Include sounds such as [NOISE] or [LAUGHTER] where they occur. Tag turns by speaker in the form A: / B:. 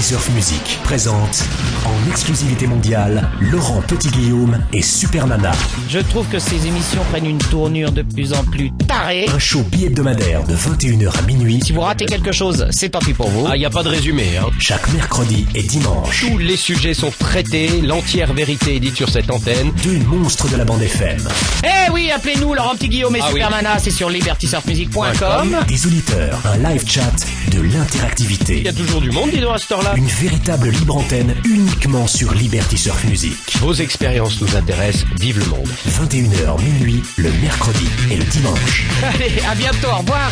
A: Surf Music présente en exclusivité mondiale Laurent Petit-Guillaume et Super Nana.
B: Je trouve que ces émissions prennent une tournure de plus en plus tarée.
A: Un show bi-hebdomadaire de 21h à minuit
B: Si vous ratez quelque chose, c'est tant pis pour vous.
C: Ah, il n'y a pas de résumé, hein.
A: chaque mercredi et dimanche.
C: Tous les sujets sont traités, l'entière vérité est dite sur cette antenne.
A: Deux monstres de la bande FM.
B: Eh oui, appelez-nous Laurent Petit Guillaume et
C: Ah oui.
B: Super Nana, c'est sur libertysurfmusic.com. [LAUGHS]
A: Des auditeurs, un live chat, de
C: Il y
A: l'interactivité.
C: a toujours du monde, dis donc, à cette heure-là.
A: Une véritable libre antenne uniquement sur Liberty Surf Music.
C: Vos expériences nous intéressent, vive le monde.
A: 21h minuit le mercredi et le dimanche.
B: Allez, à bientôt, au revoir.